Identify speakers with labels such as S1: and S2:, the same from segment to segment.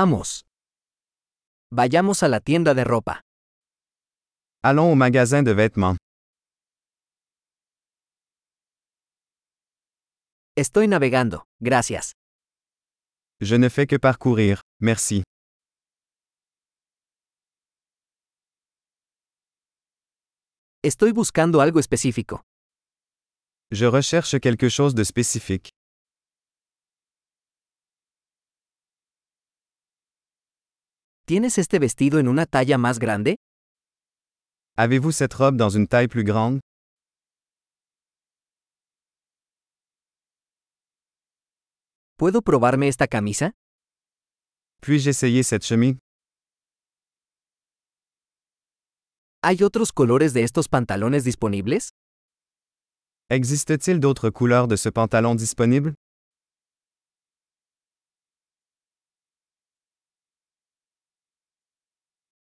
S1: Vamos. Vayamos a la tienda de ropa.
S2: Allons au magasin de vêtements.
S1: Estoy navegando, gracias.
S2: Je ne fais que parcourir, merci.
S1: Estoy buscando algo específico.
S2: Je recherche quelque chose de spécifique.
S1: ¿Tienes este vestido en una talla más grande?
S2: Avez-vous cette robe dans une taille plus grande?
S1: ¿Puedo probarme esta camisa?
S2: Puis-je essayer cette chemise?
S1: ¿Hay otros colores de estos pantalones disponibles?
S2: Existe-t-il d'autres couleurs de ce pantalon disponible?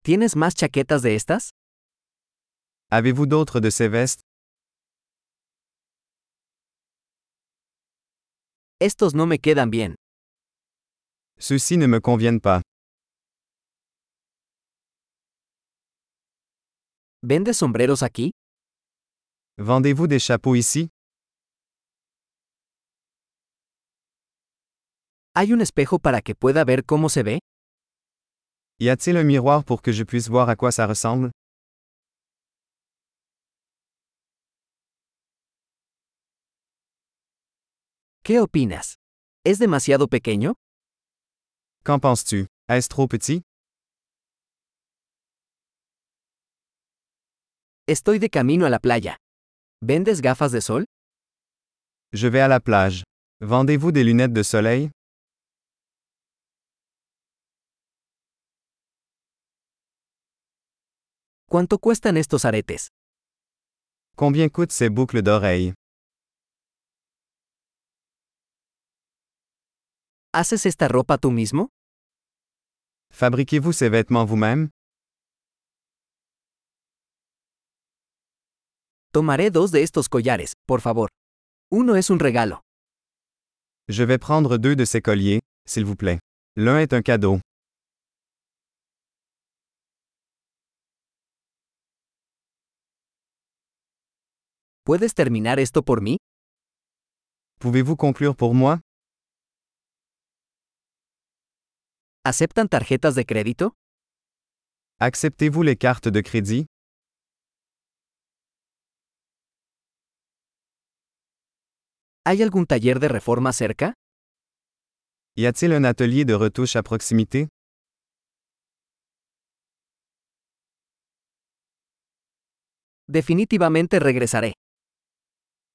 S1: ¿Tienes más chaquetas de estas?
S2: Avez-vous d'autres de ces vestes?
S1: Estos no me quedan bien.
S2: Ceux-ci ne me conviennent pas.
S1: ¿Vendes sombreros aquí?
S2: Vendez-vous des chapeaux ici?
S1: ¿Hay un espejo para que pueda ver cómo se ve?
S2: Y a-t-il un miroir pour que je puisse voir à quoi ça ressemble?
S1: ¿Qué opinas? ¿Es demasiado pequeño?
S2: Qu'en penses-tu? Est-ce trop petit?
S1: Estoy de camino a la playa. ¿Vendes gafas de sol?
S2: Je vais à la plage. Vendez-vous des lunettes de soleil?
S1: ¿Cuánto cuestan estos aretes?
S2: Combien coûtent ces boucles d'oreilles?
S1: ¿Haces esta ropa tú mismo?
S2: Fabriquez-vous ces vêtements vous-même?
S1: Tomaré dos de estos collares, por favor. Uno es un regalo.
S2: Je vais prendre deux de ces colliers, s'il vous plaît. L'un est un cadeau.
S1: ¿Puedes terminar esto por mí?
S2: Pouvez-vous conclure pour moi?
S1: ¿Aceptan tarjetas de crédito?
S2: Acceptez-vous les cartes de crédit?
S1: ¿Hay algún taller de reforma cerca?
S2: Y a-t-il un atelier de retouche à proximité?
S1: Definitivamente regresaré.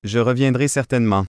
S2: Je reviendrai certainement.